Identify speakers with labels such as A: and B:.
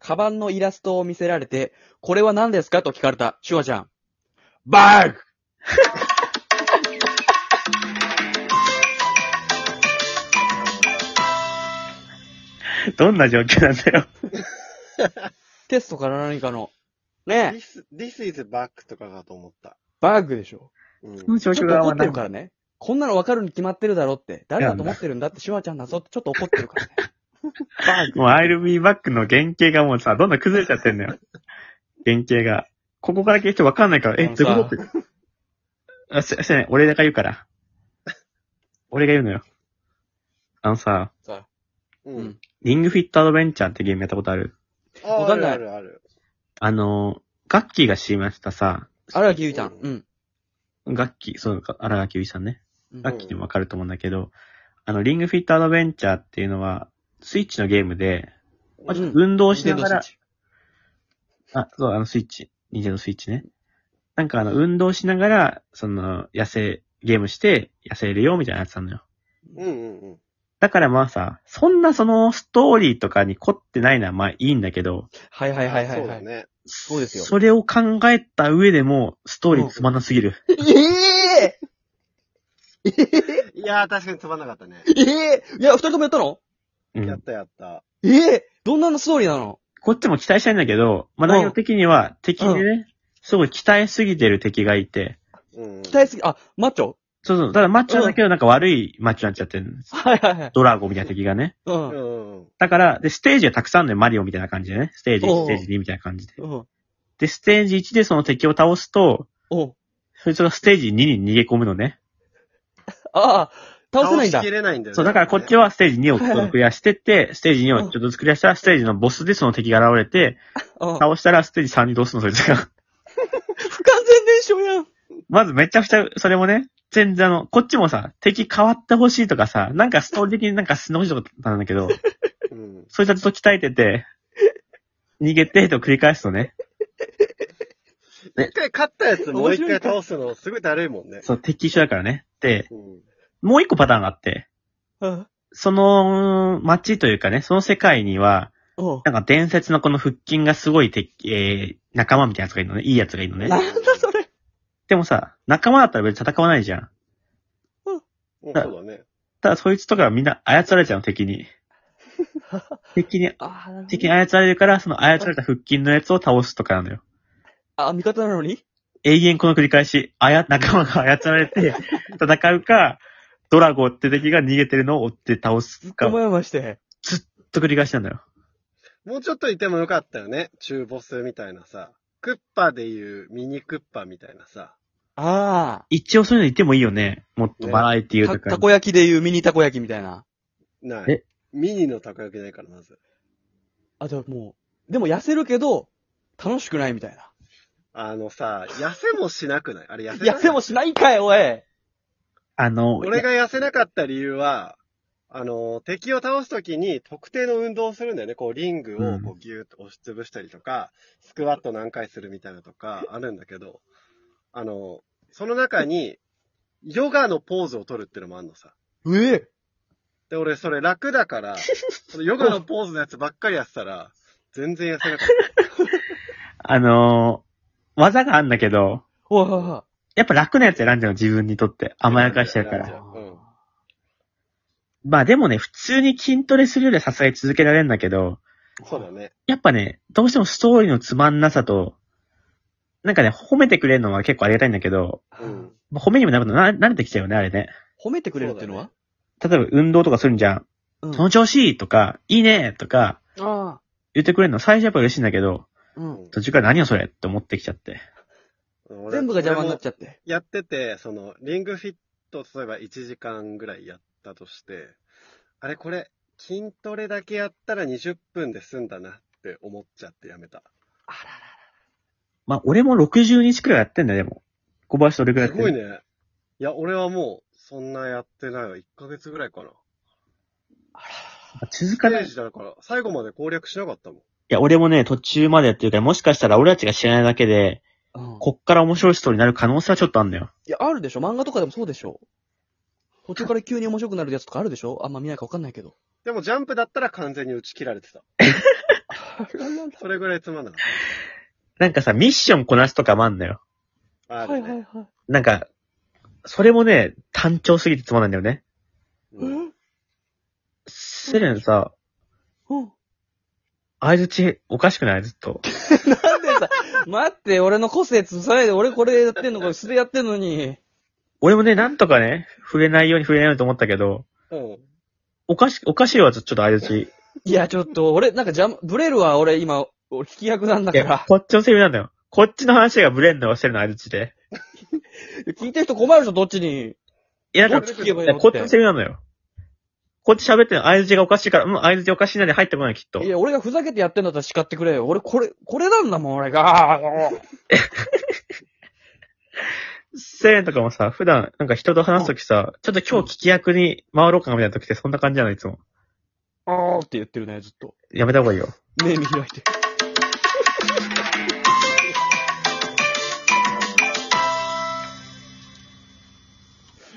A: カバンのイラストを見せられて、これは何ですかと聞かれた、シュワちゃん。
B: バーグ
C: どんな状況なんだよ。
A: テストから何かの、ねえ、
B: this, this is back とかかと思った。
A: バーグでしょ。
B: うん。
C: の状
A: ちょっと
C: 況が
A: 怒
C: わ
A: って
C: かん
A: る
C: な
A: か
C: い。
A: らね。こんなの分かるに決まってるだろって。誰だと思ってるんだって、シュワちゃんなぞってちょっと怒ってるからね。バーグ。
C: もう I'll be back の原型がもうさ、どんどん崩れちゃってんのよ。原型が。ここから聞いてわかんないから、え、
A: あの
C: ど
A: さ
C: ういうことって。あ、す、すいません、俺が言うから。俺が言うのよ。あのさ、
A: さ
B: う
A: うん
B: ん。
C: リングフィットアドベンチャーってゲームやったことある
B: あ
A: わかんない
B: あるある
C: あの、ガッキーが知りましたさ、
A: あれはキウイちゃん。うん。
C: ガッキー、そう、荒垣結衣さんね。
A: うん
C: ガッキーでもわかると思うんだけど、あの、リングフィットアドベンチャーっていうのは、スイッチのゲームで、まあ、ちょっと運動しながら、あ、そう、あの、スイッチ。ニンテンドースイッチね。なんかあの、運動しながら、その、痩せ、ゲームして、痩せるよ、みたいなやつなのよ。
B: ある。うんうんうん。
C: だからまあさ、そんなその、ストーリーとかに凝ってないのはまあいいんだけど、
A: はいはいはいはい、
B: そう
A: は
B: だ
A: い。
B: ね。
A: そうですよ。
C: それを考えた上でも、ストーリーつまんなすぎる。
A: ええ
B: いやー、確かにつまんなかったね。
A: ええいや、二人ともやったの
C: う
B: や
C: ん
B: っ。たやった。
A: ええどんなのストーリーなの
C: こっちも期待したいんだけど、まあ内容的には、敵でね、すごい期待すぎてる敵がいて、
B: うん。
A: 期待すぎ、あ、マッチョ
C: そうそう、ただマッチョなんだけど、なんか悪いマッチョになっちゃってるんです。
A: はいはいはい。
C: ドラゴンみたいな敵がね。
A: う。
B: うんんうん。
C: だから、で、ステージがたくさんあるのよ、マリオみたいな感じでね。ステージ
A: おうお
C: 1、
A: う
C: ステージ2みたいな感じで。
A: うん。
C: で、ステージ1でその敵を倒すと、
A: おう
C: そいつがステージ2に逃げ込むのね。
A: ああ、倒せないんだ
B: 倒しき。れないんだよね。
C: そう、だからこっち
B: は。
C: はステージ2をちょっとクリアしてって、ステージ2をちょっとずつクリアしたら、ステージのボスでその敵が現れて、
A: うん。
C: 倒したらステージ3にどうすんの、そいつが。
A: 不完全燃焼やん。
C: まずめちゃくちゃ、それもね、全然あの、こっちもさ、敵変わってほしいとかさ、なんかストーリー的になんか素の人だったんだけど、
B: うん。
C: そいつはずっと鍛えてて、逃げてと繰り返すとね、
B: 一回勝ったやつもう一回倒すのすごいだるいもんね。
C: そう、敵一緒だからね。で、
B: うん。
C: もう一個パターンがあって、
A: うん。
C: その街というかね、その世界には、
A: おう
C: なんか伝説のこの腹筋がすごい敵、えー、仲間みたいなやつがいるのね。いいやつがいるの ね
A: な。んだそれ。
C: でもさ、仲間だったら別に戦わないじゃん。
B: うんそうだね。
C: ただそいつとかはみんな操られちゃうの、敵 に。敵に、
A: ああ、なるほ
C: 敵
A: ど
C: に操られるから、その操られた腹筋のやつを倒すとかなのよ。
A: あ、味方なのに
C: 永遠この繰り返し、あや、仲間が操られ て戦うか、ドラゴンって敵が逃げてるのを追って倒
A: ず
C: す
A: っ
C: か、
A: と
C: ず
A: も
C: っ
A: やもやして。
C: と繰り返しなんだよ。
B: もうちょっといてもよかったよね。中ボスみたいなさ。クッパでいうミニクッパみたいなさ。
A: あ
C: 一応そういうの言ってもいいよね。もっとバラエティ
A: あ。
C: ー
A: た、
C: とか。
A: たこ焼きでいうミニたこ焼きみたいな。
B: な
C: え
B: い。ミニのたこ焼きないから、まず。
A: あ、じゃあもう、でも痩せるけど、楽しくないみたいな。
B: あのさ、痩せもしなくないあれ痩せない
A: 痩せもしないんかい、おい。
C: あの、
B: 俺が痩せなかった理由は、あの、敵を倒すときに特定の運動をするんだよね。こう、リングをこうギューッと押しつぶしたりとか、スクワット何回するみたいなとかあるんだけど、あの、その中に、ヨガのポーズを取るってのもあんのさ。
A: うえ。
B: で、俺それ楽 だから、そのヨガのポーズのやつばっかりやってたら、全然痩せなかっ
C: あのー技があんだけど、
A: おいおいおい。
C: やっぱ楽なやつ選んじゃうの、自分にとって。甘やかしてるか
B: 選んじゃ
C: ら。
B: ううん
C: まあでもね、普通に筋トレするよりはさすがに続けられるんだけど、
B: た。そうだね。
C: やっぱね、どうしてもストーリーのつまんなさと、なんかね、褒めてくれるのは結構ありがたいんだけど、
B: うん。
C: まあ褒めにもなるのな慣れてきちゃうよね、あれね。
A: 褒めてくれるっていうのは
C: 例えば運動とかするんじゃん。
A: う
C: その調子いいとか、いいねとか、
A: ああ。
C: 言ってくれるの最初やっぱ嬉しいんだけど、
A: うん。
C: 途中から何よそれって思ってきちゃって。
B: うん
A: 全部が邪魔になっちゃって。
B: やってて、その、リングフィット、例えば1時間ぐらいやったとして、あれこれ、筋トレだけやったら20分で済んだなって思っちゃってやめた。
A: あららら。
C: まあ俺も60日くらいやってんだよ、でも。小林どれくらい
B: す
C: やってる
B: ごいね。いや、俺はもう、そんなやってないわ。1ヶ月ぐらいかな。
C: 続か
B: ステ
C: な
B: ー
C: い。い
B: ジだから、最後まで攻略しなかったもん。
C: や、俺もね、途中までやってるから、もしかしたら俺たちが知らないだけで、
A: うん
C: こっから面白いストーリーになる可能性はちょっとあんだよ。
A: いや、あるでしょ漫画とかでもそうでしょ途中から急に面白くなるやつとかあるでしょあんま見ないかわかんないけど。
B: でも、ジャンプだったら完全に打ち切られてた。
A: なんだ
B: それぐらいつまんなかっ
C: なんかさ、ミッションこなすとかもあんだよ。
B: た。
A: は
B: ある
A: いはい
B: ね。
A: はい。
C: なんか、それもね、単調すぎてつまんないんだよね。
A: う
B: うん
A: ん
C: セレンさ、
A: うん。
C: 相づちおかしくないずっと。
A: なんでさ、待って、俺の個性潰さないで、俺これやってんのか、素でやってんのに。
C: 俺もね、なんとかね、触れないように触れないようにと思ったけど、
B: うん。
C: おかし、おかしいわ、ちょっと相づち。
A: いや、ちょっと、俺、なんか邪魔、ブレるわ、俺今、俺聞き役なんだ
C: い
A: か
C: や
A: ら。
C: こっちのセリフなんだよ。こっちの話がブレんのよ、セレンの相づちで。
A: 聞いてる人困るでしょ、どっちに。
C: いや、
A: ど
C: なん
A: っ
C: か、
A: ち聞けばい
C: い
A: いの
C: や
A: っ
C: こっち
A: て
C: のセリフなのよ。こっち喋ってるの相づちがおかしいから、うん、相づちおかしいなんで入ってこない、きっと
A: い。や、俺がふざけてやってんだったら叱ってくれよ。俺、これ、これなんだもん、俺が。
C: セレンとかもさ、普段、なんか人と話すときさ、ちょっと今日聞き役に回ろうかなみたいなときってそんな感じなの、いつも。
A: あーって言ってるね、ずっと。
C: やめた方がいいよ。
A: 目見開いて。